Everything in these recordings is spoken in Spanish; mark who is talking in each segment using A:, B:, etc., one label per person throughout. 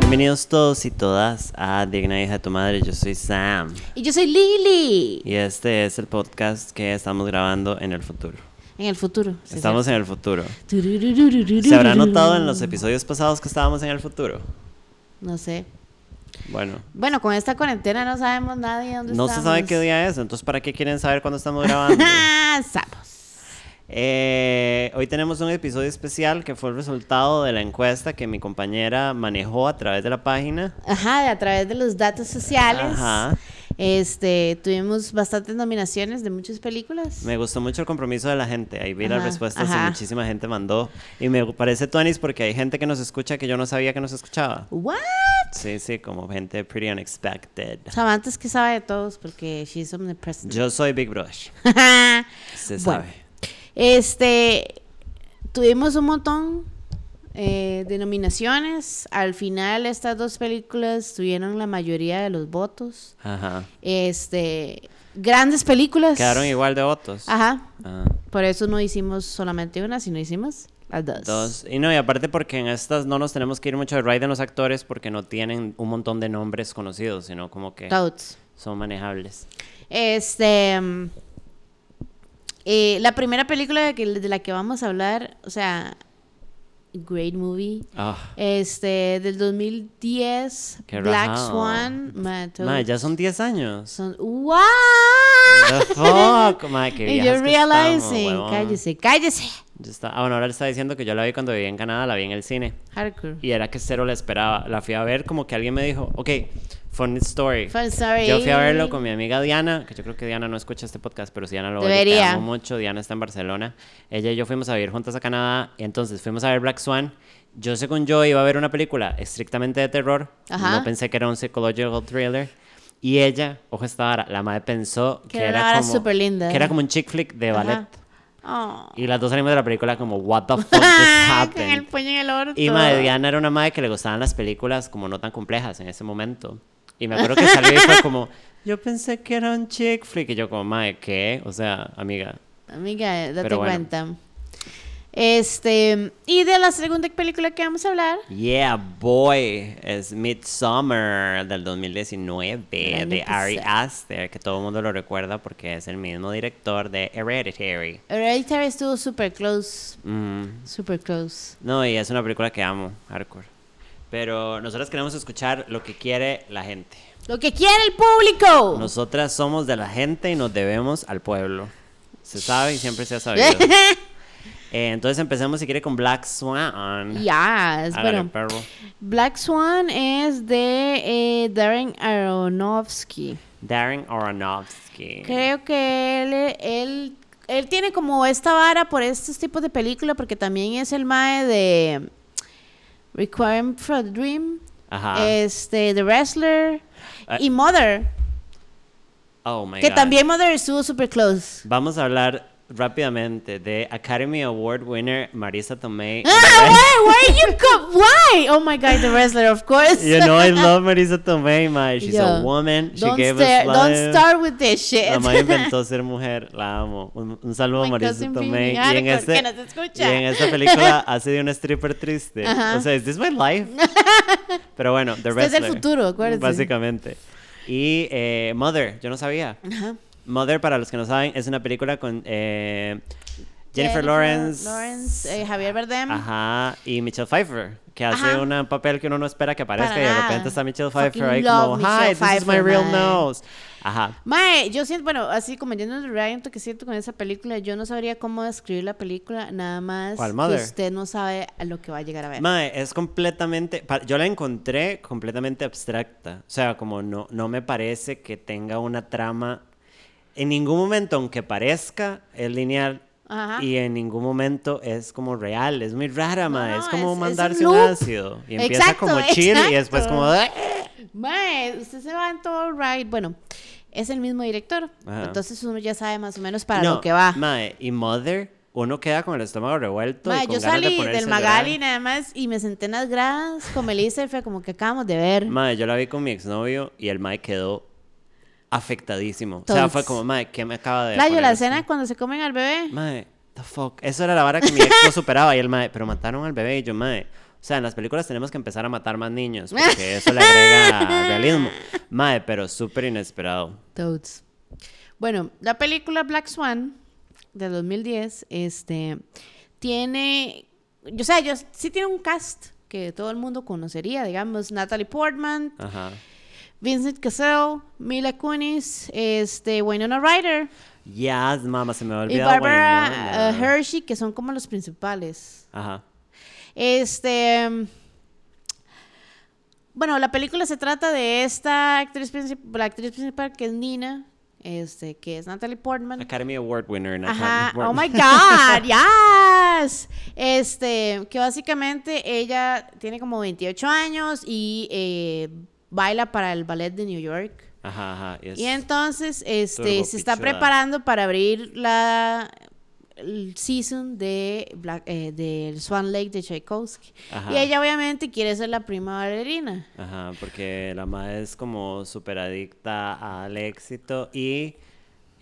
A: Bienvenidos todos y todas a Digna Hija de tu Madre. Yo soy Sam
B: Y yo soy Lili.
A: y este es el podcast que estamos grabando en el futuro.
B: En el futuro. sí,
A: Estamos en el futuro.
B: sí. Tururururururu.
A: ¿Se habrá notado en los episodios pasados que estábamos en el futuro?
B: No sé.
A: Bueno,
B: Bueno, con esta cuarentena no sabemos nadie dónde
A: no se sabe
B: estamos.
A: qué día es, entonces ¿para qué quieren saber cuándo estamos grabando?
B: Estamos.
A: Eh, hoy tenemos un episodio especial que fue el resultado de la encuesta que mi compañera manejó a través de la página.
B: Ajá, a través de los datos sociales.
A: Ajá.
B: Este, tuvimos bastantes nominaciones de muchas películas.
A: Me gustó mucho el compromiso de la gente. Ahí vi las
B: Ajá,
A: respuestas y
B: ajá.
A: muchísima gente mandó. Y me parece tuanis porque hay gente que nos escucha que yo no sabía que nos escuchaba.
B: What?
A: Sí, sí, como gente pretty unexpected.
B: Samantha es que sabe de todos porque she's omnipresent.
A: Yo soy Big Brush. Se
B: Bueno.
A: sabe.
B: Este, tuvimos un montón eh, de nominaciones. Al final, estas dos películas tuvieron la mayoría de los votos.
A: Ajá.
B: Este, grandes películas.
A: Quedaron igual de votos.
B: Pues, Ajá.
A: Ah,
B: Por eso no hicimos solamente una, sino hicimos las dos.
A: dos. Y no, y aparte porque en estas no nos tenemos que ir mucho de ride en los actores porque no tienen un montón de nombres conocidos, sino como que
B: Totes.
A: son manejables.
B: Este. mm, eh, la primera película de, que- de la que vamos a hablar, o sea, great movie.
A: Ah.
B: Este, del 2010,
A: Qué
B: Black
A: rajado.
B: Swan, ma, todo-
A: Madre, ya son 10 años.
B: son wow.
A: The fuck, madre, qué
B: Y
A: viejas
B: yo
A: que estamos,
B: realizing,
A: huevón.
B: cállese, cállese.
A: Yo estaba- ah, bueno, ahora le estaba diciendo que yo la vi cuando vivía en Canadá, la vi en el cine.
B: Hardcore.
A: Y era que cero la esperaba. La fui a ver como que alguien me dijo, ok, fun story.
B: Fun story.
A: Yo fui a verlo con mi amiga Diana, que yo creo que Diana no escucha este podcast, pero si Diana lo ve, yo te
B: Debería.
A: amo mucho. Diana está en Barcelona. Ella y yo fuimos a vivir juntas a Canadá. Y entonces fuimos a ver Black Swan. Yo, según yo, iba a ver una película estrictamente de terror.
B: Ajá.
A: No pensé que era un psychological thriller. Y ella, ojo esta vara, la madre pensó que,
B: Que era una
A: era
B: vara
A: como...
B: superlinda.
A: Que era como un chick flick de
B: Ajá.
A: ballet.
B: Oh,
A: Y las dos salimos de la película como, what the fuck just
B: Ah, con el
A: happened?
B: puño en el orto.
A: Y madre, Diana era una madre que le gustaban las películas como no tan complejas en ese momento. Y me acuerdo que salió y fue como, yo pensé que era un chick flick. Y yo como, madre, ¿qué? O sea, amiga.
B: Amiga, date
A: Pero bueno.
B: cuenta. Este, y de la segunda película que vamos a hablar,
A: Yeah, boy, es Midsummer del 2019
B: El año
A: de Ari
B: pasado.
A: Aster, que todo el mundo lo recuerda porque es el mismo director de Hereditary.
B: Hereditary estuvo super close,
A: Mm.
B: super close.
A: No, y es una película que amo, hardcore. Pero nosotros queremos escuchar lo que quiere la gente.
B: Lo que quiere el público.
A: Nosotras somos de la gente y nos debemos al pueblo. Se sabe y siempre se ha sabido. Eh, entonces empecemos si quiere con Black Swan.
B: Yes,
A: Hágale,
B: bueno.
A: perro.
B: Black Swan es de eh, Darren Aronofsky.
A: Darren Aronofsky.
B: Creo que él, él, él tiene como esta vara por estos tipos de películas, porque también es el mae de Requiem for a Dream,
A: Ajá.
B: este, The Wrestler
A: Ah.
B: y Mother,
A: oh my
B: que
A: God.
B: también Mother estuvo super close.
A: Vamos a hablar rápidamente de Academy Award winner Marisa Tomei.
B: Ah, why, why you go? Why? Oh my God, The Wrestler, of course.
A: You know I love Marisa Tomei, my. She's
B: Yeah.
A: a woman. She
B: don't,
A: gave
B: stare-
A: us life.
B: don't start with this shit.
A: La madre inventó ser mujer, la amo. Un, un saludo a
B: My
A: Marisa
B: cousin
A: Tomei.
B: Phoebe
A: Y en,
B: Harcourt,
A: este,
B: que nos escucha.
A: y en esta película hace de una stripper triste.
B: Ajá.
A: O sea, ¿es this my life? Pero bueno, The
B: Usted es el
A: Wrestler,
B: futuro, acuérdese.
A: Básicamente. Y eh, Mother, yo no sabía.
B: Ajá.
A: Mother, para los que no saben, es una película con eh, Jennifer,
B: Jennifer
A: Lawrence.
B: Lawrence, eh, Javier Bardem.
A: Ajá, y Michelle Pfeiffer, que hace
B: Ajá.
A: un papel que uno no espera que aparezca
B: Para
A: y de
B: nada.
A: repente está Michelle
B: Fucking
A: Pfeiffer ahí
B: love
A: como,
B: Michelle
A: hi, this is my
B: Pfeiffer,
A: real
B: mae.
A: nose. Ajá.
B: Mae, yo siento, bueno, así como yendo el rant que siento con esa película, yo no sabría cómo describir la película, nada más
A: ¿Cuál,
B: que
A: Mother?
B: usted no sabe a lo que va a llegar a ver.
A: Mae, es completamente. pa- Yo la encontré completamente abstracta. O sea, como no, no me parece que tenga una trama. En ningún momento, aunque parezca, es lineal.
B: Ajá.
A: Y en ningún momento es como real. Es muy rara, mae.
B: no,
A: es como
B: es- es un
A: mandarse un,
B: loop.
A: ácido. Y empieza
B: Exacto,
A: como chill y después
B: exacto.
A: como. "Ah".
B: Mae, usted se va en todo right. Bueno, es el mismo director,
A: Ajá.
B: entonces uno ya sabe más o menos para
A: No,
B: lo que va.
A: Mae, y Mother, uno queda con el estómago revuelto. y
B: Mae,
A: con
B: yo
A: ganas de
B: salí
A: ponerse
B: del
A: a llorar.
B: Magali nada más y me senté en las gradas con Melissa y fue como que acabamos de ver.
A: Mae, yo la vi con mi exnovio y el mae quedó afectadísimo. o sea,
B: Totes.
A: fue como, mae, ¿qué me acaba de
B: Playo,
A: poner
B: la
A: esto?"
B: escena cuando se comen al bebé.
A: Mae, the fuck. Eso era la vara que mi ex no superaba. Y el mae, pero mataron al bebé. Y yo, mae, o sea, en las películas tenemos que empezar a matar más niños, porque eso le agrega realismo. Mae, pero súper inesperado.
B: Toads. Bueno, la película Black Swan de 2010, este, tiene, yo sé, yo sí tiene un cast que todo el mundo conocería, digamos, Natalie Portman,
A: Ajá.
B: Vincent Cassell, Mila Kunis, este, Winona Ryder
A: Yes, mamá, se me
B: y
A: olvidó.
B: Barbara uh, Hershey, que son como los principales.
A: Ajá.
B: Este. mm, Bueno, la película se trata de esta actriz principal, la actriz principal que es Nina, este, que es Natalie Portman.
A: Academy Award winner. Natalie
B: Ajá, oh
A: Portman.
B: my god, yes. Este, que básicamente ella tiene como 28 años y eh, baila para el ballet de New York.
A: Ajá, ajá. yes.
B: Y entonces, este,
A: Turbo
B: se está
A: pichuda.
B: preparando para abrir la el season de Black, eh, del Swan Lake de Tchaikovsky.
A: Ajá.
B: Y ella obviamente quiere ser la prima bailarina.
A: Ajá, porque la madre es como súper adicta al éxito y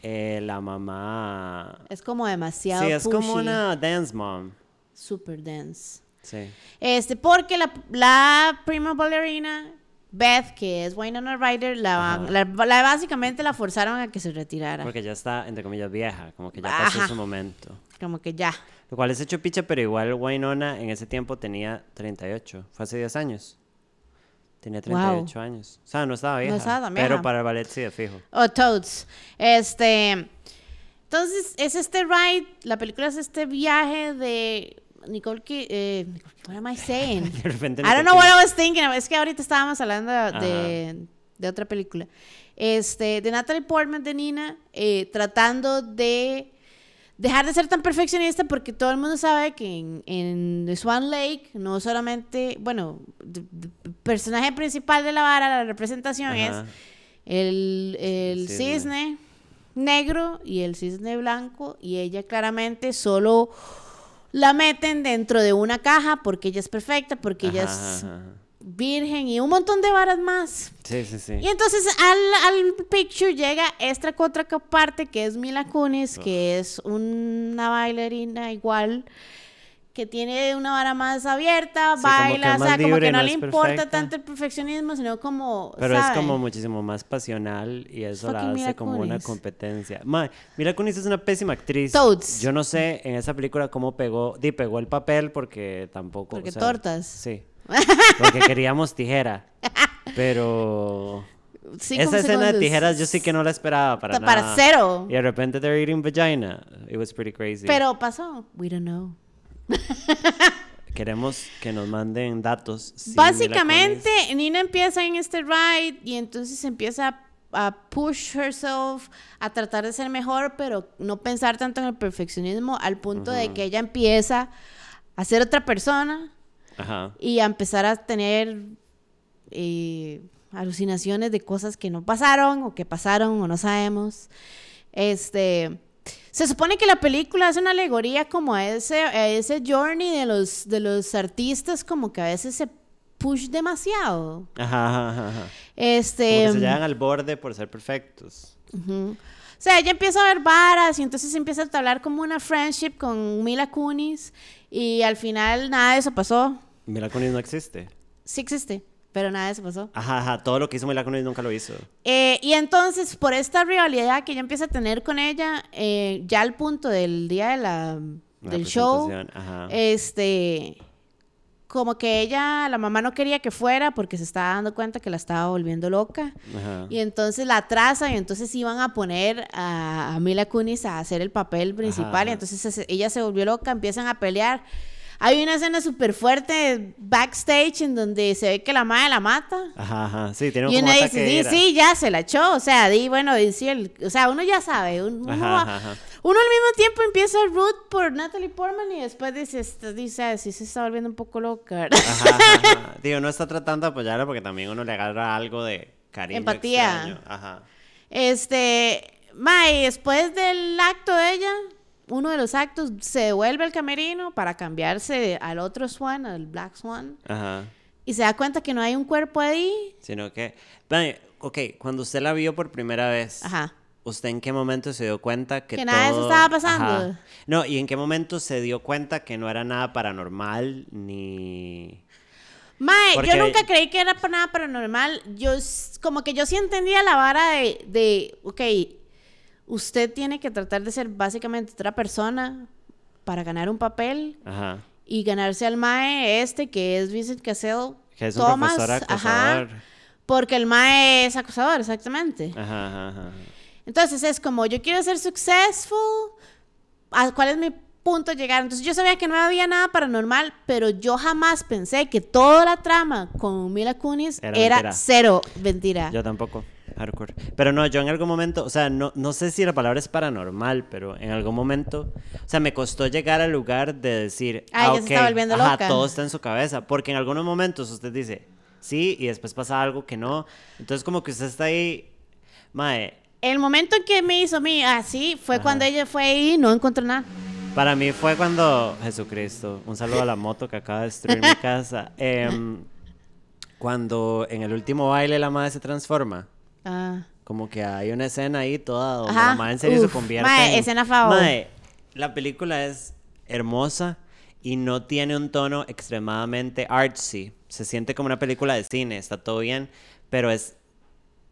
A: eh, la mamá...
B: Es como demasiado
A: Sí, es como
B: pushy,
A: una dance mom.
B: super dance.
A: Sí.
B: Este, porque la, la prima bailarina Beth, que es Winona Ryder, la,
A: Ajá. Pues
B: la- la- básicamente la forzaron a que se retirara.
A: Porque ya está, entre comillas, vieja, como que ya pasó
B: Ajá.
A: su momento.
B: Como que ya.
A: Lo cual es hecho picha, pero igual Wynonna en ese tiempo tenía 38. Fue hace 10 años. Tenía 38 años. O sea, no estaba vieja.
B: estaba tan
A: Pero
B: vieja.
A: para el ballet sí de fijo.
B: O Toads. Este. Entonces, es este ride. La película es este viaje de. Nicole que eh, Nicole Kid- what am I saying?
A: De repente
B: I
A: Nicole
B: don't know what
A: Kidman.
B: I was thinking. of. Es que ahorita estábamos hablando de, de otra película. Este, de Natalie Portman, de Nina, eh, tratando de dejar de ser tan perfeccionista porque todo el mundo sabe que en, en The Swan Lake no solamente, bueno, d- d- personaje principal de la vara, la representación
A: Ajá.
B: es el, el
A: Cisne.
B: cisne. negro y el cisne blanco y ella claramente solo la meten dentro de una caja porque ella es perfecta, porque ella
A: Ajá,
B: es
A: ajá, ajá.
B: virgen y un montón de varas más.
A: Sí, sí, sí.
B: Y entonces al, al picture llega esta contraparte que es Mila Kunis, que es una bailarina igual, que tiene una vara más abierta,
A: Sí, como que
B: baila,
A: es
B: o sea,
A: más
B: como
A: libre,
B: que no,
A: no
B: le
A: es
B: importa
A: perfecta.
B: tanto el perfeccionismo, sino como...
A: Pero es
B: ¿sabe?
A: como muchísimo más pasional y eso la
B: Fucking
A: hace
B: Mila
A: como una
B: Kunis.
A: competencia. Ma, Mila Kunis es una pésima actriz.
B: Toads.
A: Yo no sé en esa película cómo pegó, di pegó el papel porque tampoco.
B: Porque tortas.
A: Sí. Porque queríamos tijera. Pero
B: Cinco
A: esa escena de
B: segundos.
A: tijeras yo sí que no la esperaba para
B: Ta- para
A: nada.
B: cero.
A: Y de repente they're eating vagina. It was pretty crazy.
B: Pero pasó. We don't know.
A: Queremos que nos manden datos. si Mila Kunis-
B: Básicamente, Nina empieza en este ride y entonces empieza a a push herself, a tratar de ser mejor, pero no pensar tanto en el perfeccionismo al punto de que ella empieza a ser otra persona
A: Ajá.
B: y a empezar a tener eh, alucinaciones de cosas que no pasaron o que pasaron o no sabemos. Este, se supone que la película es una alegoría como a ese, a ese journey de los, de los artistas, como que a veces se push demasiado.
A: Ajá, ajá, ajá, ajá. Como
B: Este,
A: que se llegan al borde por ser perfectos.
B: ujú. O sea, ella empieza a ver varas y entonces empieza a hablar como una friendship con Mila Kunis y al final nada de eso pasó.
A: Mila Kunis no existe.
B: Sí existe, pero nada de eso pasó.
A: Ajá, ajá, todo lo que hizo Mila Kunis nunca lo hizo.
B: Eh, y entonces, por esta rivalidad que ella empieza a tener con ella, eh, ya al punto del día de la,
A: La
B: del show,
A: presentación, Ajá.
B: este, como que ella, la mamá no quería que fuera porque se estaba dando cuenta que la estaba volviendo loca.
A: ajá.
B: Y entonces la atrasa y entonces iban a poner a, a Mila Kunis a hacer el papel principal.
A: Ajá.
B: Y entonces se- ella se volvió loca, empiezan a pelear. Hay una escena súper fuerte backstage en donde se ve que la madre la mata.
A: Ajá, ajá. Sí, tiene
B: Y
A: como
B: uno
A: ataque de
B: dice, sí,
A: ira.
B: sí, ya se la echó. O sea, di, bueno, di, sí, el- o sea, uno ya sabe. un- Uno,
A: Ajá,
B: va-
A: ajá, ajá.
B: uno al mismo tiempo empieza a root por Natalie Portman y después dice, "Esta- dice, ah, sí se está volviendo un poco loca. ¿verdad?"
A: Ajá, ajá, ajá. Digo, no está tratando de apoyarla porque también uno le agarra algo de cariño.
B: Empatía.
A: extraño. Ajá.
B: Este, Mae, después del acto de ella, uno de los actos, se devuelve al camerino para cambiarse al otro Swan, al Black Swan,
A: Ajá.
B: y se da cuenta que no hay un cuerpo ahí.
A: Sino que. Vale, ok, cuando usted la vio por primera vez.
B: Ajá.
A: ¿Usted en qué momento se dio cuenta que,
B: Que nada de eso
A: todo-
B: estaba pasando.
A: No, y en qué momento se dio cuenta que no era nada paranormal ni
B: Mae,
A: Porque-
B: yo nunca creí que era pa- nada paranormal. Yo, s- como que yo sí entendía la vara de, de, ok, usted tiene que tratar de ser básicamente otra persona para ganar un papel
A: Ajá.
B: y ganarse al mae este que es Vincent Cassell.
A: Que es un
B: Thomas,
A: profesor
B: ajá,
A: acosador.
B: porque el mae es acosador, exactamente.
A: Ajá, ajá, ajá.
B: Entonces es como, yo quiero ser successful, ¿a cuál es mi punto de llegar? Entonces yo sabía que no había nada paranormal, pero yo jamás pensé que toda la trama con Mila Kunis
A: Era
B: era,
A: mentira.
B: cero mentira.
A: Yo tampoco. Hardcore. Pero no, yo en algún momento, o sea, no, no sé si la palabra es paranormal, pero en algún momento, o sea, me costó llegar al lugar de decir, ah,
B: Ay, ya se
A: ok,
B: está volviendo
A: ajá,
B: loca.
A: todo está en su cabeza, porque en algunos momentos usted dice sí y después pasa algo que no, entonces como que usted está ahí, mae,
B: El momento en que me hizo mi así fue
A: Ajá.
B: cuando ella fue ahí y no encontró nada.
A: Para mí fue cuando, Jesucristo, un saludo a la moto que acaba de destruir mi casa, Em, cuando en el último baile la madre se transforma.
B: Ah.
A: Como que hay una escena ahí toda donde
B: Ajá,
A: la madre en serio se
B: uf,
A: convierte
B: mae,
A: en-
B: escena favor.
A: Mae, la película es hermosa y no tiene un tono extremadamente artsy. Se siente como una película de cine, está todo bien, pero es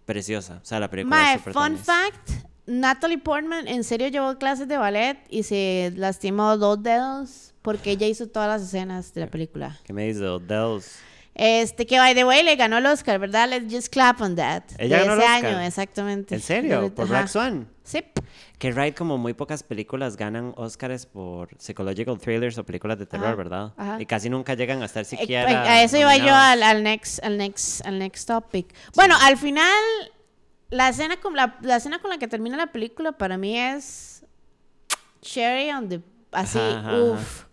A: preciosa. O sea, la película
B: Mae,
A: es súper
B: fun
A: tenis.
B: fact, Natalie Portman en serio llevó clases de ballet y se lastimó dos dedos porque ella hizo todas las escenas de la película.
A: ¿Qué me dice? Los dedos.
B: Este, que by the way le ganó el Oscar, ¿verdad? Let's just clap on that.
A: Ella
B: de
A: ganó el
B: ese
A: Oscar.
B: año, exactamente.
A: ¿En serio?
B: Del-
A: ¿Por
B: ajá.
A: Black Swan?
B: Sí. Eh,
A: Que Wright, como muy pocas películas ganan Óscares por psychological thrillers o películas de terror,
B: Ajá,
A: ¿verdad?
B: ajá.
A: Y casi nunca llegan a estar
B: Eh,
A: siquiera.
B: a eso iba yo
A: nominadas.
B: al, al next, al next, al next topic. Bueno, al final, la escena con la, la escena con la que termina la película para mí es Sherry on the así,
A: Ajá, ajá, ajá.
B: uff.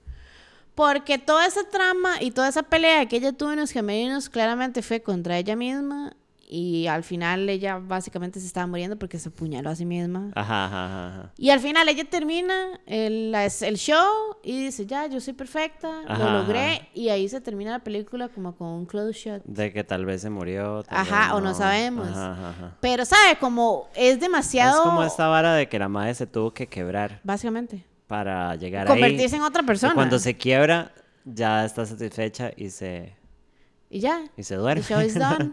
B: Porque toda esa trama y toda esa pelea que ella tuvo en los gemelinos claramente fue contra ella misma. Y al final ella básicamente se estaba muriendo porque se apuñaló a sí misma.
A: Ajá, ajá, ajá, ajá.
B: Y al final ella termina el, la- es- el show y dice, ya, yo soy perfecta,
A: Ajá,
B: lo logré.
A: ajá.
B: Y ahí se termina la película como con un close shot.
A: De que tal vez se murió. tal
B: Ajá,
A: vez
B: o no sabemos.
A: Ajá, ajá, ajá.
B: Pero, ¿sabe? Como es demasiado...
A: Es como esta vara de que la madre se tuvo que quebrar
B: Básicamente.
A: para llegar
B: Convertirse
A: ahí.
B: en otra
A: Y
B: persona.
A: Cuando se quiebra, ya está satisfecha y se,
B: Y ya.
A: y se duerme.
B: The show is done.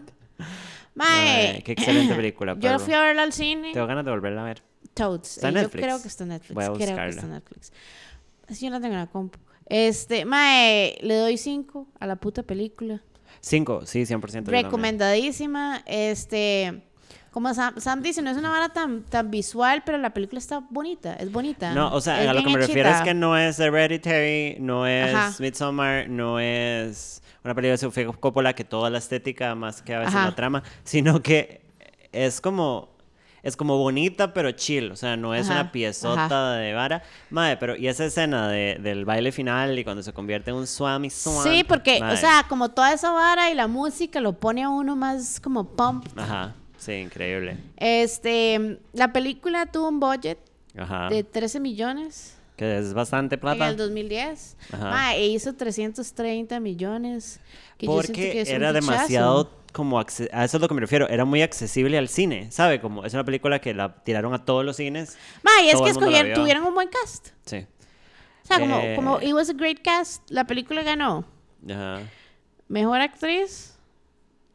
B: Mae,
A: Mae, qué excelente película,
B: Yo
A: perro.
B: fui a verla al cine.
A: Tengo ganas de volverla a ver.
B: Toads.
A: Está en
B: Eh,
A: Netflix.
B: Yo creo que está en Netflix.
A: Voy a
B: creo que
A: buscarla.
B: está en Netflix. Es que yo no tengo la compu. Este, mae, le doy cinco a la puta película.
A: Cinco, sí, 100%. yo también.
B: Recomendadísima. Este, como Sam, Sam dice, no es una vara tan, tan visual, pero la película está bonita, es bonita.
A: No, o sea,
B: Es
A: a lo que
B: bien
A: me refiero es
B: hechita.
A: que no es Hereditary, no es
B: Ajá.
A: Midsommar, no es una película de Sofía Coppola que toda la estética más que a veces
B: Ajá.
A: la trama, sino que es como es como bonita pero chill, o sea, no es
B: Ajá,
A: una piezota
B: ajá.
A: de vara. Madre, pero y esa escena de- del baile final y cuando se convierte en un swami swam.
B: Sí, porque,
A: madre.
B: o sea, como toda esa vara y la música lo pone a uno más como pump.
A: ajá, sí, increíble.
B: Este, la película tuvo un budget
A: Ajá.
B: de 13 millones
A: Que es bastante
B: en
A: Ah. plata.
B: el 2010.
A: Ajá.
B: Ma, e hizo 330 millones. Que yo siento
A: Porque
B: que es un
A: era
B: pichazo.
A: demasiado como acce- a eso es lo que me refiero era muy accesible al cine sabe como es una película que la tiraron a todos los cines
B: Ma, y es
A: Todo
B: que
A: el mundo la
B: escogieron,
A: vio.
B: tuvieron un buen cast.
A: sí
B: O sea, como,
A: Eh.
B: como It Was a Great Cast, la película ganó
A: ajá,
B: Mejor Actriz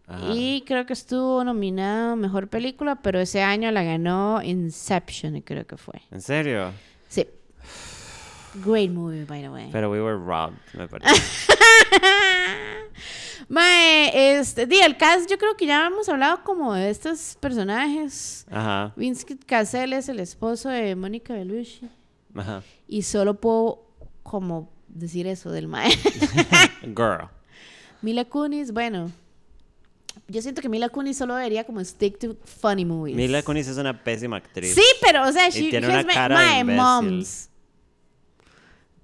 A: ajá.
B: y creo que estuvo nominada a Mejor Película, pero ese año la ganó Inception, creo que fue.
A: en serio
B: Sí. Great movie, by the way.
A: pero we were robbed me parece
B: Mae, este, di, el cast yo creo que ya hemos hablado como de estos personajes.
A: ajá
B: Vince Cassel es el esposo de Mónica Bellucci
A: ajá
B: y solo puedo como decir eso del mae.
A: girl
B: Mila Kunis, bueno. Yo siento que Mila Kunis solo debería como stick to funny movies.
A: Mila Kunis es una pésima actriz
B: Pues. Sí, pero, o sea, she,
A: tiene
B: she
A: una
B: has made
A: cara de
B: my
A: imbécil.
B: moms.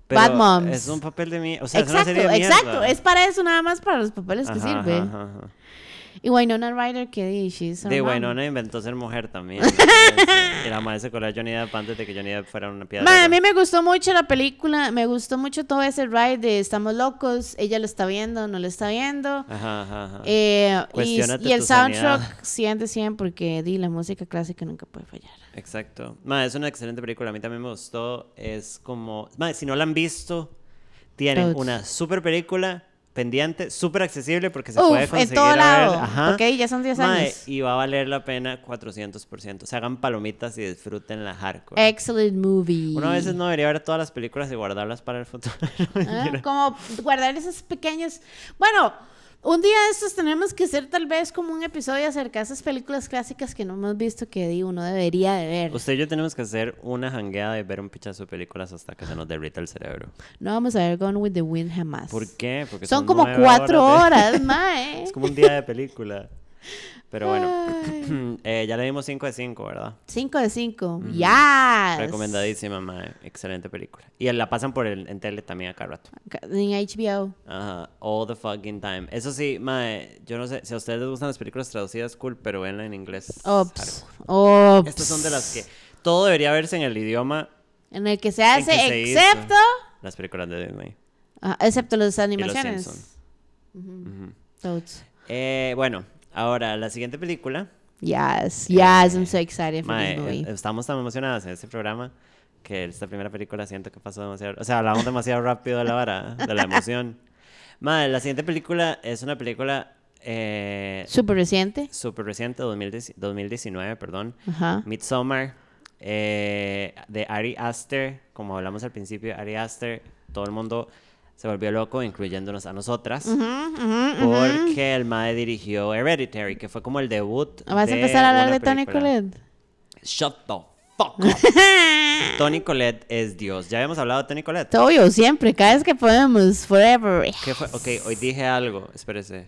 A: pero
B: Bad Moms.
A: es un papel de mí o sea
B: Exacto,
A: es una serie de
B: exacto.
A: mierda.
B: Es para eso nada más para los papeles que
A: Ajá,
B: sirve.
A: ajá, ajá, ajá.
B: Y Winona Ryder, que di, she's her
A: de
B: mom.
A: Winona inventó ser mujer también entonces, y la madre se coló a Johnny Depp antes de que Johnny Depp fuera una piedra
B: Ma, a mí me gustó mucho la película, me gustó mucho todo ese ride de estamos locos, ella lo está viendo, no lo está viendo.
A: ajá ajá, ajá.
B: Eh, y,
A: Cuestiónate
B: y el
A: tu sanidad.
B: soundtrack 100 de 100 porque di, la música clásica nunca puede fallar.
A: Exacto. Ma, es una excelente película. A mí también me gustó. Es como. Ma, si no la han visto, tienen
B: Totes.
A: una super película, pendiente, súper accesible porque se
B: Uf,
A: puede conseguir.
B: en todo
A: a
B: lado.
A: ver- Ajá.
B: Ok, ya son 10
A: Mae,
B: años.
A: y va a valer la pena 400%. Se hagan palomitas y disfruten la hardcore.
B: Excellent movie.
A: Uno a veces no debería ver todas las películas y guardarlas para el futuro. No,
B: Ah,
A: mentira.
B: Como guardar esos pequeños. Bueno, un día de estos tenemos que hacer tal vez como un episodio acerca de esas películas clásicas que no hemos visto que di, uno debería de ver.
A: Usted y yo tenemos que hacer una jangueada de ver un pichazo de películas hasta que se nos derrita el cerebro.
B: No vamos a ver Gone with the Wind jamás.
A: ¿Por qué? Porque
B: son como
A: nueve
B: cuatro
A: de-
B: horas, mae.
A: es como un día de película. Pero bueno,
B: Ay.
A: eh, ya le dimos 5 de 5, ¿verdad?
B: Cinco de cinco. Ya.
A: Recomendadísima, mae. Excelente película. Y la pasan por el, en tele también acá rato.
B: En HBO.
A: Ajá, all the fucking time. Eso sí, mae, yo no sé, si a ustedes les gustan las películas traducidas, cool, pero venla en inglés.
B: Ops.
A: Claro.
B: Ops.
A: Estas son de las que todo debería verse en el idioma,
B: En el que se
A: en
B: hace,
A: que se hizo.
B: excepto.
A: las películas de Disney.
B: Ajá, Ah, excepto las
A: los
B: animaciones.
A: Simpson.
B: Toads.
A: Eh, bueno, ahora la siguiente película.
B: Yes, yes, I'm so excited for
A: Eh, Mae,
B: this movie.
A: eh, estamos tan emocionadas en este programa que esta primera película siento que pasó demasiado. O sea, hablamos demasiado rápido de la vara, de la emoción. Mae, la siguiente película es una película eh,
B: Súper reciente.
A: súper reciente, 2010 2019, perdón.
B: Ajá.
A: Midsommar, eh, de Ari Aster, como hablamos al principio, Ari Aster, todo el mundo se volvió loco, incluyéndonos a nosotras, porque el MAE dirigió Hereditary, que fue como el debut.
B: ¿Vas
A: de
B: a empezar a hablar
A: eh, una
B: de Tony
A: película.
B: Collette?
A: Shut the fuck up. Tony Collette es Dios. Ya habíamos hablado de Tony Collette.
B: Todo yo siempre, cada vez que podemos, forever.
A: ¿Qué fue? Ok, hoy dije algo, espérese.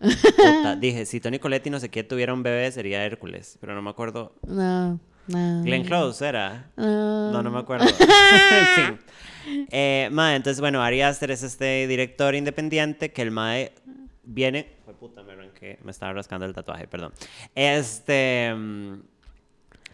A: Puta, dije, si Tony Collette y no sé qué tuviera un bebé sería Hércules, pero no me acuerdo.
B: No, no.
A: Glenn Close era.
B: No.
A: No, no me acuerdo. en fin. Eh, mae, entonces, bueno, Ari Aster es este director independiente que el Mae viene. Fue puta, me arranqué. Me estaba rascando el tatuaje, perdón. Este. mm,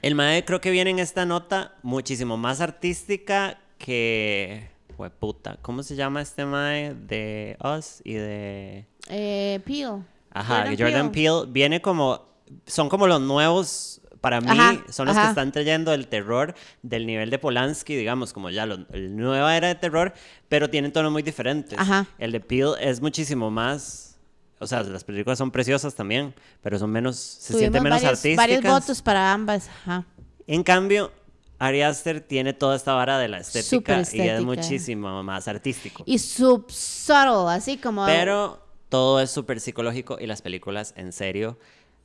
A: El Mae creo que viene en esta nota muchísimo más artística que. Fue puta. ¿Cómo se llama este Mae? De Us y de.
B: Eh, Peel.
A: Ajá, Jordan, Peele viene como, son como los nuevos, para mí,
B: Ajá,
A: son los
B: ajá.
A: que están trayendo el terror del nivel de Polanski, digamos, como ya la nueva era de terror, pero tienen tonos muy diferentes.
B: Ajá.
A: El de Peele es muchísimo más, o sea, las películas son preciosas también, pero son menos, se sienten
B: Tuvimos
A: menos
B: varios,
A: artísticas.
B: varios votos para ambas. Ajá.
A: En cambio, Ari Aster tiene toda esta vara de la
B: Súper
A: estética y es
B: estética.
A: muchísimo más artístico.
B: Y sub subtle, así como.
A: Pero todo es súper psicológico y las películas, en serio,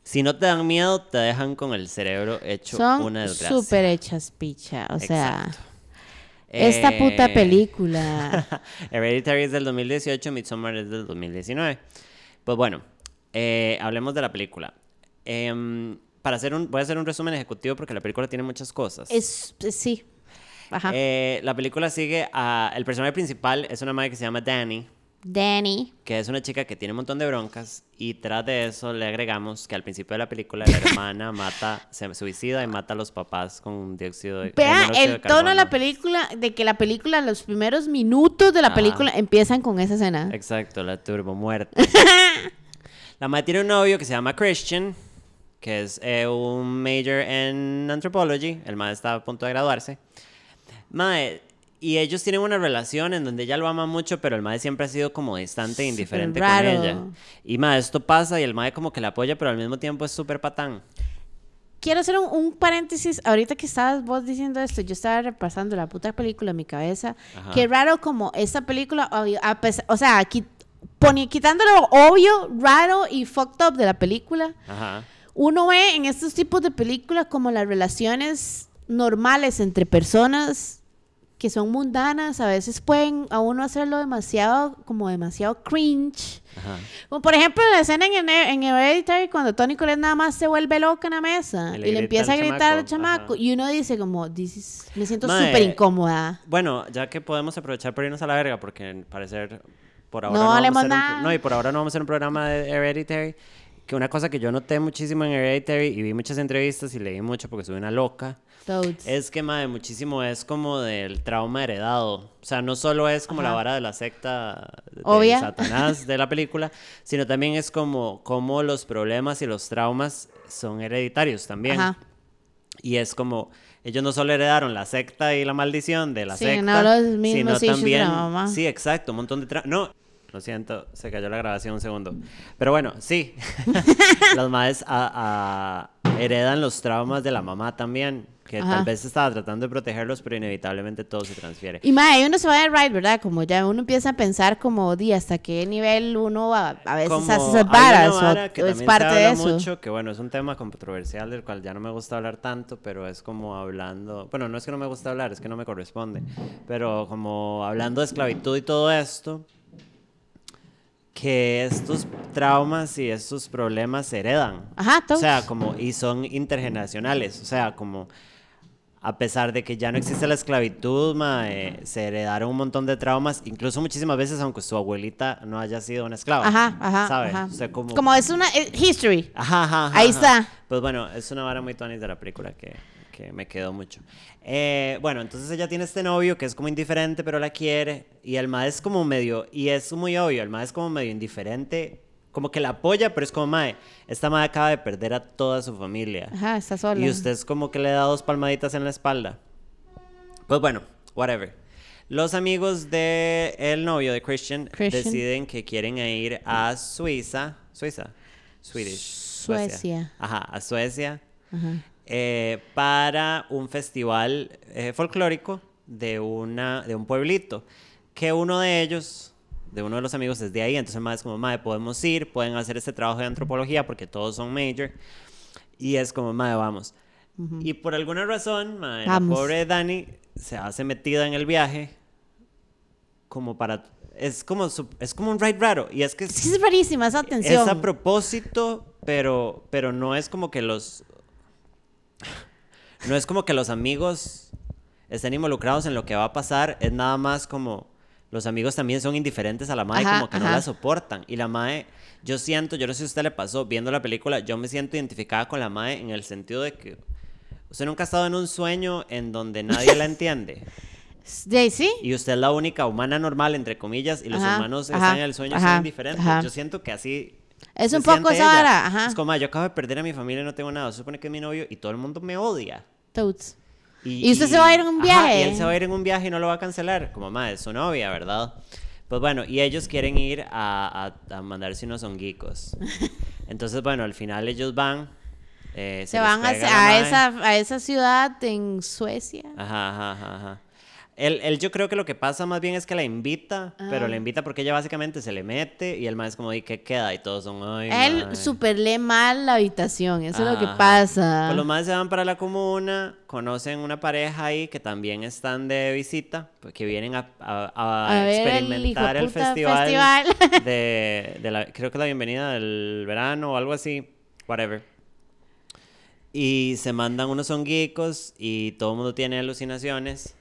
A: si no te dan miedo, te dejan con el cerebro hecho una
B: son
A: desgracia.
B: súper hechas picha. O sea,
A: Exacto.
B: esta puta
A: Eh,
B: película.
A: Hereditary es del 2018, Midsommar es del 2019. Pues bueno, eh, hablemos de la película. Em, para hacer un, voy a hacer un resumen ejecutivo porque la película tiene muchas cosas.
B: es, sí. Ajá.
A: Eh, la película sigue a... El personaje principal es una madre que se llama Danny.
B: Danny.
A: que es una chica que tiene un montón de broncas y tras de eso le agregamos que al principio de la película la hermana mata, se suicida y mata a los papás con dióxido de
B: Vea
A: con monóxido
B: ah, el
A: de
B: tono de la
A: carbono.
B: película, de que la película, los primeros minutos de la
A: Ajá.
B: película empiezan con esa escena.
A: Exacto, la turbomuerte. la madre tiene un novio que se llama Christian, que es eh, un major en anthropology. El madre está a punto de graduarse. Mae, y ellos tienen una relación en donde ella lo ama mucho, pero el mae siempre ha sido como distante e indiferente con
B: raro.
A: ella. Y mae, esto pasa y el mae como que la apoya, pero al mismo tiempo es súper patán.
B: Quiero hacer un, un paréntesis. Ahorita que estabas vos diciendo esto, yo estaba repasando la puta película en mi cabeza.
A: Ajá.
B: Qué raro como esta película, obvio, a pesar- o sea, qui- poni- quitando lo obvio, raro y fucked up de la película,
A: Ajá.
B: uno ve en estos tipos de películas como las relaciones normales entre personas que son mundanas, a veces pueden a uno hacerlo demasiado, como demasiado cringe.
A: Ajá.
B: Como por ejemplo la escena en, Hene- en Hereditary cuando Tony Collette nada más se vuelve loca en la mesa
A: Y le
B: y le,
A: grita
B: empieza a
A: al
B: gritar
A: chamaco,
B: al chamaco
A: ajá.
B: y uno dice como, "This is- me siento
A: Mae,
B: súper incómoda.
A: Bueno, ya que podemos aprovechar para irnos a la verga, porque al parecer por ahora
B: No
A: vamos a
B: hablemos
A: hacer un pro-
B: nada.
A: no, y por ahora no vamos a hacer un programa de Hereditary. Que una cosa que yo noté muchísimo en Hereditary y vi muchas entrevistas y leí mucho porque soy una loca,
B: Toads.
A: es que madre, muchísimo es como del trauma heredado. O sea, no solo es como la
B: Ajá.
A: vara de la secta de
B: Obvia.
A: Satanás de la película, sino también es como, como los problemas y los traumas son hereditarios también.
B: Ajá.
A: Y es como, ellos no solo heredaron la secta y la maldición de la
B: Sí,
A: secta,
B: no los mismos issues de la
A: sino también...
B: mamá.
A: Sí, exacto, un montón de... tra- No, Lo siento, se cayó la grabación un segundo. Pero bueno, sí. Las madres a- a- heredan los traumas de la mamá también, que
B: Ajá.
A: tal vez estaba tratando de protegerlos, pero inevitablemente todo se transfiere.
B: Y mae, uno se va de ride, ¿verdad? Como ya uno empieza a pensar como, di, hasta qué nivel uno a, a veces
A: Como
B: hace
A: hay
B: esas
A: una
B: varas o-
A: vara que
B: o, es
A: también se
B: parte de
A: habla
B: eso.
A: mucho, que bueno, es un tema controversial del cual ya no me gusta hablar tanto, pero es como hablando, bueno, no es que no me gusta hablar, es que no me corresponde, pero como hablando de esclavitud y todo esto, que estos traumas y estos problemas se heredan.
B: Ajá,
A: O
B: todos.
A: sea, como, y son intergeneracionales, o sea, como... A pesar de que ya no existe la esclavitud, mae, se heredaron un montón de traumas, incluso muchísimas veces, aunque su abuelita no haya sido una esclava.
B: Ajá, ajá.
A: ¿Sabe?
B: ajá.
A: O sea, como...
B: Como es una eh, history.
A: Ajá, ajá, ajá,
B: Ahí
A: ajá.
B: está.
A: Pues bueno, es una vara muy tonis de la película que, que me quedó mucho. Eh, bueno, entonces ella tiene este novio que es como indiferente, pero la quiere. Y el mae es como medio... Y es muy obvio, el mae es como medio indiferente. Como que la apoya, pero es como, mae, esta mae acaba de perder a toda su familia.
B: Ajá, está sola.
A: Y usted es como que le da dos palmaditas en la espalda. Pues bueno, whatever. Los amigos de el novio de Christian,
B: Christian.
A: deciden que quieren ir a Suiza. Suiza. Swedish.
B: Suecia.
A: Ajá, a Suecia.
B: Ajá.
A: eh, para un festival eh, folclórico de, una, de un pueblito. Que uno de ellos, de uno de los amigos, es de ahí. Entonces, más como, madre, podemos ir, pueden hacer este trabajo de antropología porque todos son major. Y es como, madre, vamos. Y por alguna razón, mae, la
B: Vamos.
A: pobre Dani se hace metida en el viaje como para... Es como, su- es como un ride raro. Y es que
B: Sí, es rarísima esa tensión.
A: es a propósito, pero, pero no es como que los... No es como que los amigos estén involucrados en lo que va a pasar. Es nada más como... Los amigos también son indiferentes a la madre,
B: Ajá,
A: como que no
B: ajá.
A: la soportan. Y la madre, yo siento, yo no sé si a usted le pasó, viendo la película, yo me siento identificada con la madre en el sentido de que... Usted nunca ha estado en un sueño en donde nadie la entiende.
B: De ahí sí.
A: Y usted es la única humana normal, entre comillas, y los
B: Ajá,
A: humanos
B: ajá,
A: están en el sueño y
B: ajá,
A: son indiferentes.
B: ajá.
A: Yo siento que así.
B: Es
A: se
B: un poco
A: siente
B: esa
A: ella.
B: vara, ajá.
A: Es como, "Ah, yo acabo de perder a mi familia y no tengo nada. Se supone que es mi novio y todo el mundo me odia.
B: Toads. Y usted se va a ir en un
A: ajá,
B: viaje.
A: y él se va a ir en un viaje y no lo va a cancelar. Como, madre, es su novia, ¿verdad? Pues bueno, y ellos quieren ir a, a- a mandarse unos honguicos. Entonces, bueno, al final ellos van. eh,
B: Se
A: les
B: van a,
A: pega la
B: a
A: mae.
B: esa, a esa ciudad en Suecia.
A: Ajá, ajá, ajá, ajá. Él, él yo creo que lo que pasa más bien es que la invita,
B: Ah.
A: pero la invita porque ella básicamente se le mete y el mae es como, ¿y qué queda? Y todos son, ay,
B: Él
A: mae".
B: super lee mal la habitación, eso es lo que
A: Ajá.
B: pasa.
A: Pues los más se van para la comuna, conocen una pareja ahí que también están de visita, pues, que vienen a, a- a
B: A ver el
A: experimentar el,
B: hijueputa
A: festival,
B: festival.
A: de, de la, creo que la bienvenida del verano o algo así, whatever. Y se mandan unos honguicos y todo el mundo tiene alucinaciones.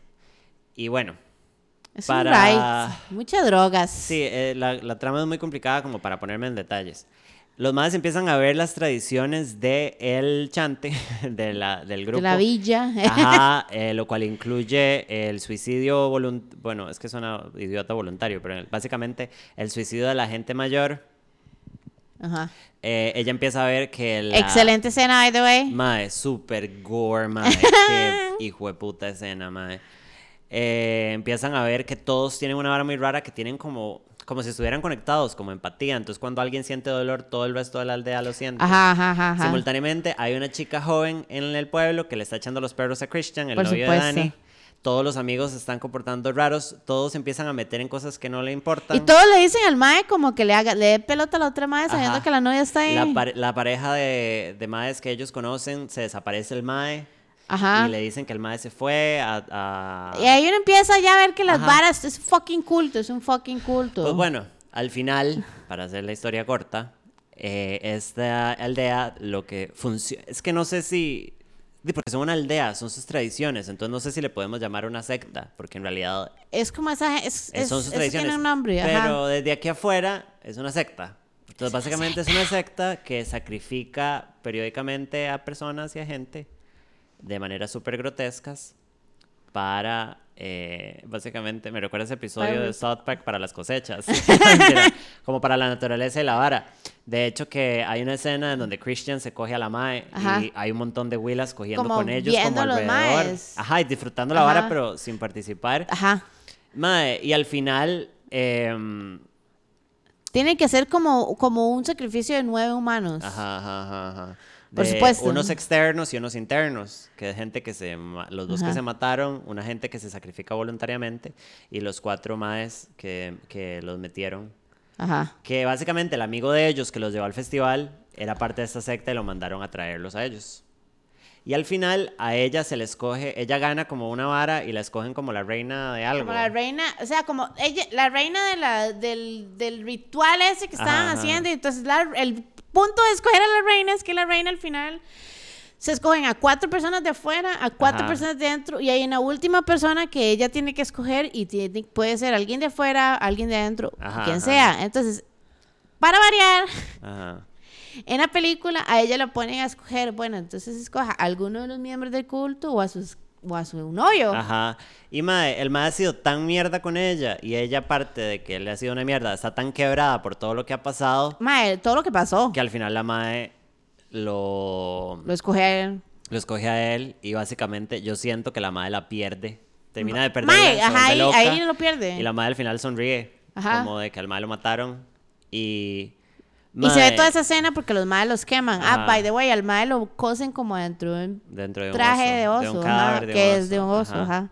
A: Y bueno,
B: es
A: para-
B: un ride. Muchas drogas.
A: Sí, eh, la, la trama es muy complicada como para ponerme en detalles. Los madres empiezan a ver las tradiciones de el chante, de la, del grupo.
B: de la villa.
A: Ajá, eh, lo cual incluye el suicidio voluntario, bueno, es que suena idiota voluntario, pero el- básicamente el suicidio de la gente mayor.
B: Ajá.
A: Eh, ella empieza a ver que la...
B: Excelente escena, by the way.
A: Mae, super gore, mae. Qué hijo de puta escena, mae. Eh, empiezan a ver que todos tienen una vara muy rara que tienen como, como si estuvieran conectados, como empatía. Entonces, cuando alguien siente dolor, todo el resto de la aldea lo siente.
B: Ajá, ajá, ajá. ajá.
A: Simultáneamente, hay una chica joven en el pueblo que le está echando los perros a Christian, el
B: Por
A: novio
B: supuesto.
A: de Dani. Todos los amigos se están comportando raros. Todos se empiezan a meter en cosas que no le importan.
B: Y todos le dicen al mae como que le haga, le dé pelota a la otra mae sabiendo
A: Ajá.
B: que la novia está ahí.
A: La, pare- la pareja de, de maes que ellos conocen, se desaparece el mae.
B: Ajá.
A: Y le dicen que el mae se fue a... a-
B: Ah. Y ahí uno empieza ya a ver que las
A: Ajá.
B: varas es fucking culto, es un fucking culto.
A: Pues bueno, al final, para hacer la historia corta, eh, esta aldea lo que funciona... Es que no sé si... di, Porque son una aldea, son sus tradiciones, entonces no sé si le podemos llamar una secta, porque en realidad
B: Es como esa gen- es,
A: eh,
B: es,
A: son sus
B: eso
A: tradiciones.
B: tiene un nombre, ajá.
A: Pero desde aquí afuera es una secta. Entonces básicamente es una secta que sacrifica periódicamente a personas y a gente de maneras súper grotescas para, eh, básicamente, me recuerda ese episodio
B: Para-
A: de South Park para las cosechas, Mentira, como para la naturaleza y la vara. De hecho, que hay una escena en donde Christian se coge a la mae
B: Ajá.
A: y hay un montón de huilas cogiendo
B: Como
A: con ellos
B: viendo
A: como
B: a los
A: alrededor.
B: maes.
A: Ajá, y disfrutando la
B: Ajá.
A: vara, pero sin participar.
B: Ajá.
A: Mae, y al final, em,
B: Tiene que ser como, como un sacrificio de nueve humanos.
A: Ajá, ajá, ajá, ajá.
B: Por
A: De
B: supuesto.
A: Unos externos y unos internos, que es gente que se... ma- Los dos
B: Ajá.
A: que se mataron, una gente que se sacrifica voluntariamente y los cuatro maes que, que los metieron.
B: Ajá.
A: Que básicamente el amigo de ellos que los llevó al festival era parte de esta secta y lo mandaron a traerlos a ellos. Y al final a ella se le escoge, ella gana como una vara y la escogen como la reina de algo.
B: Como la reina, o sea, como ella, la reina de la, del, del ritual ese que estaban
A: Ajá, ajá.
B: haciendo. Y entonces la- el punto de escoger a la reina es que la reina al final se escogen a cuatro personas de afuera, a cuatro
A: Ajá.
B: personas de dentro, y hay una última persona que ella tiene que escoger y tiene, puede ser alguien de afuera, alguien de adentro,
A: Ajá,
B: quien
A: ajá.
B: sea. Entonces, para variar,
A: Ajá.
B: en la película a ella la ponen a escoger, bueno, entonces escoja a alguno de los miembros del culto o a, sus, o a su novio.
A: Ajá. Y mae, el mae ha sido tan mierda con ella y ella aparte de que él le ha sido una mierda, está tan quebrada por todo lo que ha pasado
B: Mae, todo lo que pasó.
A: que al final la mae lo,
B: Lo escoger.
A: lo escoge a él y básicamente yo siento que la madre la pierde. Termina de perder.
B: Mae, ajá, ahí, ahí lo pierde.
A: Y la madre al final sonríe.
B: Ajá.
A: Como de que al madre lo mataron. Y.
B: Y se ve
A: mae,
B: toda esa escena porque los madres los queman. Ah,
A: Ajá.
B: by the way, al madre lo cosen como dentro de un
A: Dentro de un
B: traje
A: oso,
B: de oso.
A: un
B: ajá,
A: cadáver de
B: que
A: un
B: es de un
A: oso,
B: oso, ajá.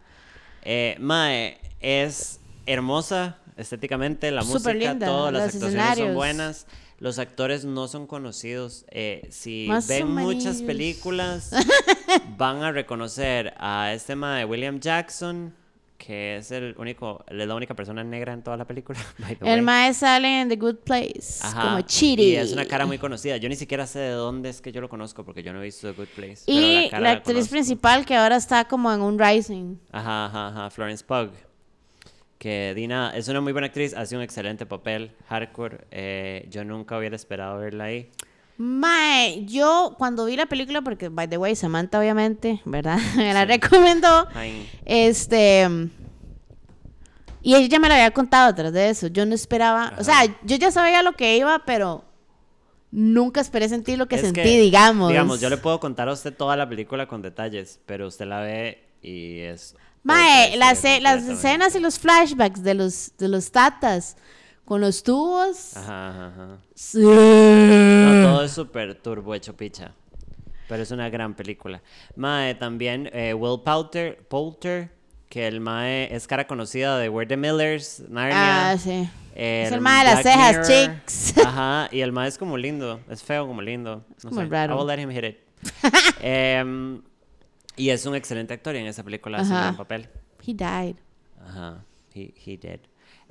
A: Eh, mae, es hermosa estéticamente, la música,
B: Superlinda,
A: todo, las
B: los
A: actuaciones
B: escenarios.
A: son buenas. Los actores no son conocidos. eh, si
B: Más o
A: ven muchas
B: menos.
A: películas, van a reconocer a este mae de William Jackson, que es el único, él es la única persona negra en toda la película. by the way.
B: El mae sale en The Good Place.
A: Ajá,
B: Como Chiri.
A: Y es una cara muy conocida. Yo ni siquiera sé de dónde es que yo lo conozco porque yo no he visto The Good Place. pero
B: Y
A: cara
B: la actriz
A: conozco.
B: principal que ahora está como en un Rising.
A: Ajá, ajá, ajá, Florence Pugh. Que Dina es una muy buena actriz, hace un excelente papel, hardcore. eh, yo nunca hubiera esperado verla ahí.
B: Mae, yo cuando vi la película, porque by the way, Samantha obviamente, ¿verdad? me la recomendó.
A: Ay,
B: Este. Y ella ya me lo había contado atrás de eso. Yo no esperaba. O sea, yo ya sabía lo que iba, pero nunca esperé sentir lo que
A: es
B: sentí, digamos.
A: Digamos, yo le puedo contar a usted toda la película con detalles, pero usted la ve y es.
B: Mae,
A: otra
B: las,
A: historia
B: las
A: completamente.
B: escenas y los flashbacks de los, de los tatas con los tubos.
A: Ajá, ajá, ajá.
B: Sí.
A: No, todo es súper turbo hecho picha. Pero es una gran película. Mae, también eh, Will Poulter, Poulter, que el Mae es cara conocida de Where the Millers, Narnia.
B: Ah, sí.
A: El
B: Es el mae de las
A: Black
B: cejas,
A: Mirror.
B: chicks.
A: Ajá, y el mae es como lindo, es feo como lindo. No
B: como
A: sé.
B: raro.
A: I will let him hit it. Em, y es un excelente actor y en esa película hace un
B: Ajá.
A: gran papel.
B: He died.
A: Ajá, he, he did.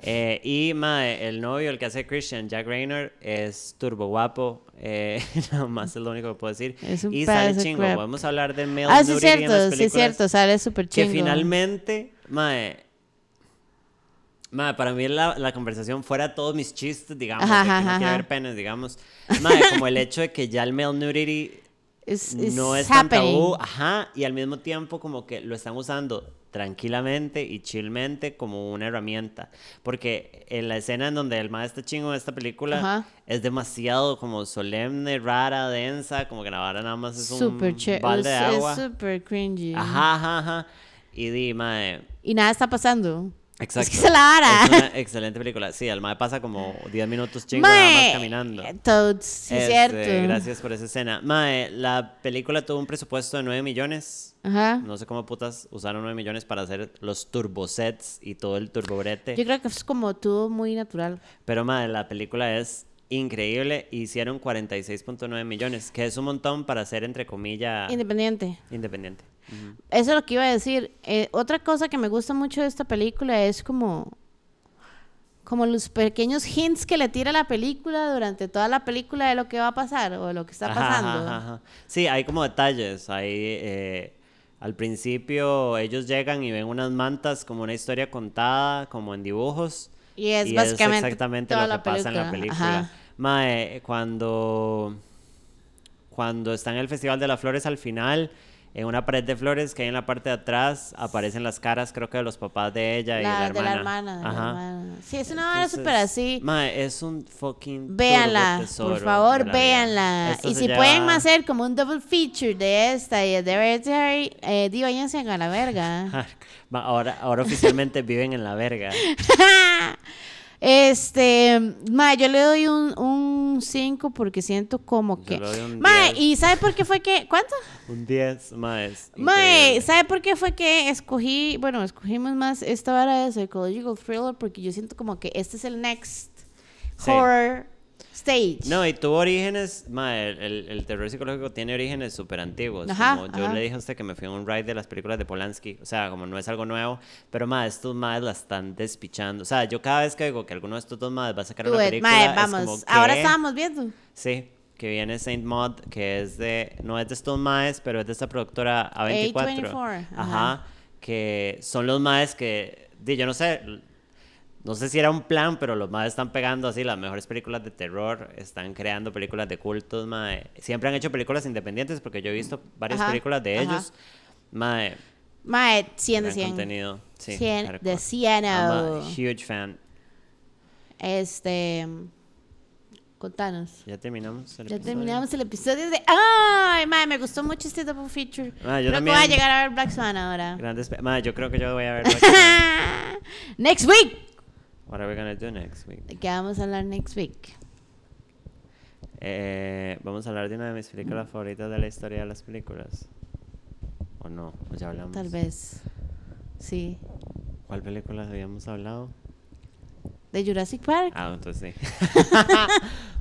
A: Eh, y mae, el novio, el que hace Christian, Jack Raynor, es turbo guapo. Eh, nada más es lo único que puedo decir.
B: Es un
A: y sale
B: pedazo de
A: chingo.
B: crap.
A: Vamos a hablar de male
B: Ah, sí, es
A: nudity en las
B: cierto, sí, es
A: películas.
B: cierto. Sale súper
A: Que
B: chingo.
A: finalmente, mae. Mae, para mí la, la conversación fuera de todos mis chistes, digamos,
B: Ajá,
A: de que
B: ajá,
A: no quiere
B: ajá.
A: ver penes, digamos. Mae, como el hecho de que ya el male nudity
B: It's- it's
A: no es tan
B: happening.
A: tabú, ajá, y al mismo tiempo como que lo están usando tranquilamente y chillmente como una herramienta. Porque en la escena en donde el mae está chingo de esta película
B: Ajá.
A: es demasiado como solemne, rara, densa, como que la vara nada más es un
B: Súper che-
A: balde de
B: es-
A: agua.
B: Es súper cringy.
A: Ajá, ajá, ajá. Y di, mae.
B: Y nada está pasando.
A: Exacto.
B: Es que se la vara.
A: Es una excelente película. Sí, al mae pasa como 10 minutos chingo nada
B: Mae,
A: más caminando.
B: Toads, sí,
A: Este,
B: cierto.
A: Gracias por esa escena. Mae, la película tuvo un presupuesto de 9 millones.
B: Ajá.
A: No sé cómo putas usaron 9 millones para hacer los turbosets y todo el turbobrete.
B: Yo creo que es como todo muy natural.
A: Pero madre, la película es increíble. Hicieron 46.9 millones, que es un montón para ser, entre comillas,
B: Independiente.
A: independiente. Ujú.
B: Eso es lo que iba a decir. Eh, otra cosa que me gusta mucho de esta película es como. Como los pequeños hints que le tira la película durante toda la película de lo que va a pasar o de lo que está
A: Ajá, ajá,
B: pasando.
A: ajá. Sí, hay como detalles. Hay, eh, al principio ellos llegan y ven unas mantas como una historia contada, como en dibujos.
B: Y es básicamente
A: exactamente
B: toda
A: lo que
B: la
A: pasa en la
B: película,
A: película.
B: ajá.
A: Mae, cuando, cuando está en el Festival de las Flores al final, en una pared de flores que hay en la parte de atrás, aparecen las caras, creo que de los papás de ella y de la
B: La-
A: hermana.
B: de la hermana. de la
A: Ajá.
B: hermana. Sí, es una hora
A: Entonces,
B: súper así.
A: Mae, es un fucking
B: Véanla,
A: turbo tesoro
B: por
A: de
B: favor,
A: la vida.
B: véanla.
A: Esto
B: Y
A: se
B: si
A: lleva-
B: pueden eh. hacer como un double feature de esta y de Hereditary, eh, di, váyanse a la verga.
A: Ma, Ahora, ahora oficialmente viven en la verga.
B: Este, mae, yo le doy un 5 porque siento como
A: Yo
B: que.
A: le doy un
B: Mae,
A: 10.
B: ¿y sabe por qué fue que? ¿Cuánto?
A: Un 10 más.
B: Mae, ¿sabe por qué fue que escogí, bueno, escogimos más esta vara de psychological thriller? Porque yo siento como que este es el next
A: Sí.
B: horror stage.
A: No, y tuvo orígenes, mae, el, el- el terror psicológico tiene orígenes súper antiguos.
B: Ajá,
A: como yo
B: ajá.
A: le dije a usted que me fui a un ride de las películas de Polanski, o sea, como no es algo nuevo, pero más estos madres la están despichando. O sea, yo cada vez que digo que alguno de estos dos madres va a sacar
B: Do
A: una
B: it,
A: película,
B: mae,
A: es como,
B: vamos. Ahora
A: ¿qué?
B: estábamos viendo.
A: Sí, que viene Saint Maud, que es de, no es de estos maes, pero es de esta productora A24.
B: A24,
A: ajá.
B: ajá.
A: que son los maes que, di, yo no sé, l- no sé si era un plan, pero los maes están pegando así las mejores películas de terror, están creando películas de cultos, mae. Siempre han hecho películas independientes porque yo he visto varias
B: Ajá,
A: películas de
B: ajá.
A: ellos. Mae,
B: Mae, 100 de
A: gran
B: 100.
A: contenido. Sí,
B: 100 de oh.
A: hardcore.
B: 100.
A: I'm a huge fan.
B: Este. Contanos.
A: Ya terminamos. el
B: Ya
A: episodio?
B: terminamos el episodio de. ¡Ay, mae! Me gustó mucho este double feature.
A: Ah, yo
B: Creo
A: también.
B: que voy a llegar a ver Black Swan ahora.
A: Grandes. pe- Mae, yo creo que yo voy a ver. What
B: next week.
A: are we gonna do next week?
B: ¿De qué vamos a hablar next week?
A: Eh, vamos a hablar de una de mis películas
B: Mm.
A: favoritas de la historia de las películas. ¿O no? ¿O ya hablamos?
B: Tal vez. Sí.
A: ¿Cuál película habíamos hablado?
B: De Jurassic Park.
A: Ah, entonces sí.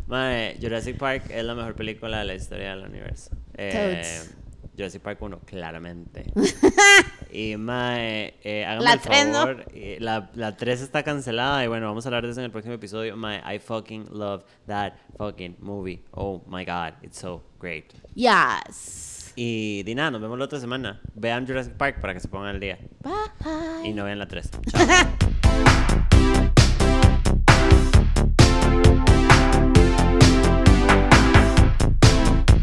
A: Mae, Jurassic Park es la mejor película de la historia del universo. Eh,
B: Toads.
A: Jurassic Park 1, claramente. y Mae, eh, hágame
B: La
A: el
B: tres no.
A: favor. eh, la, la 3 está cancelada y bueno, vamos a hablar de eso en el próximo episodio. Mae, I fucking love that fucking movie. Oh my god, it's so great.
B: Yes.
A: Y Dina, nos vemos la otra semana. Vean Jurassic Park para que se pongan al día.
B: Bye.
A: Y no vean la 3.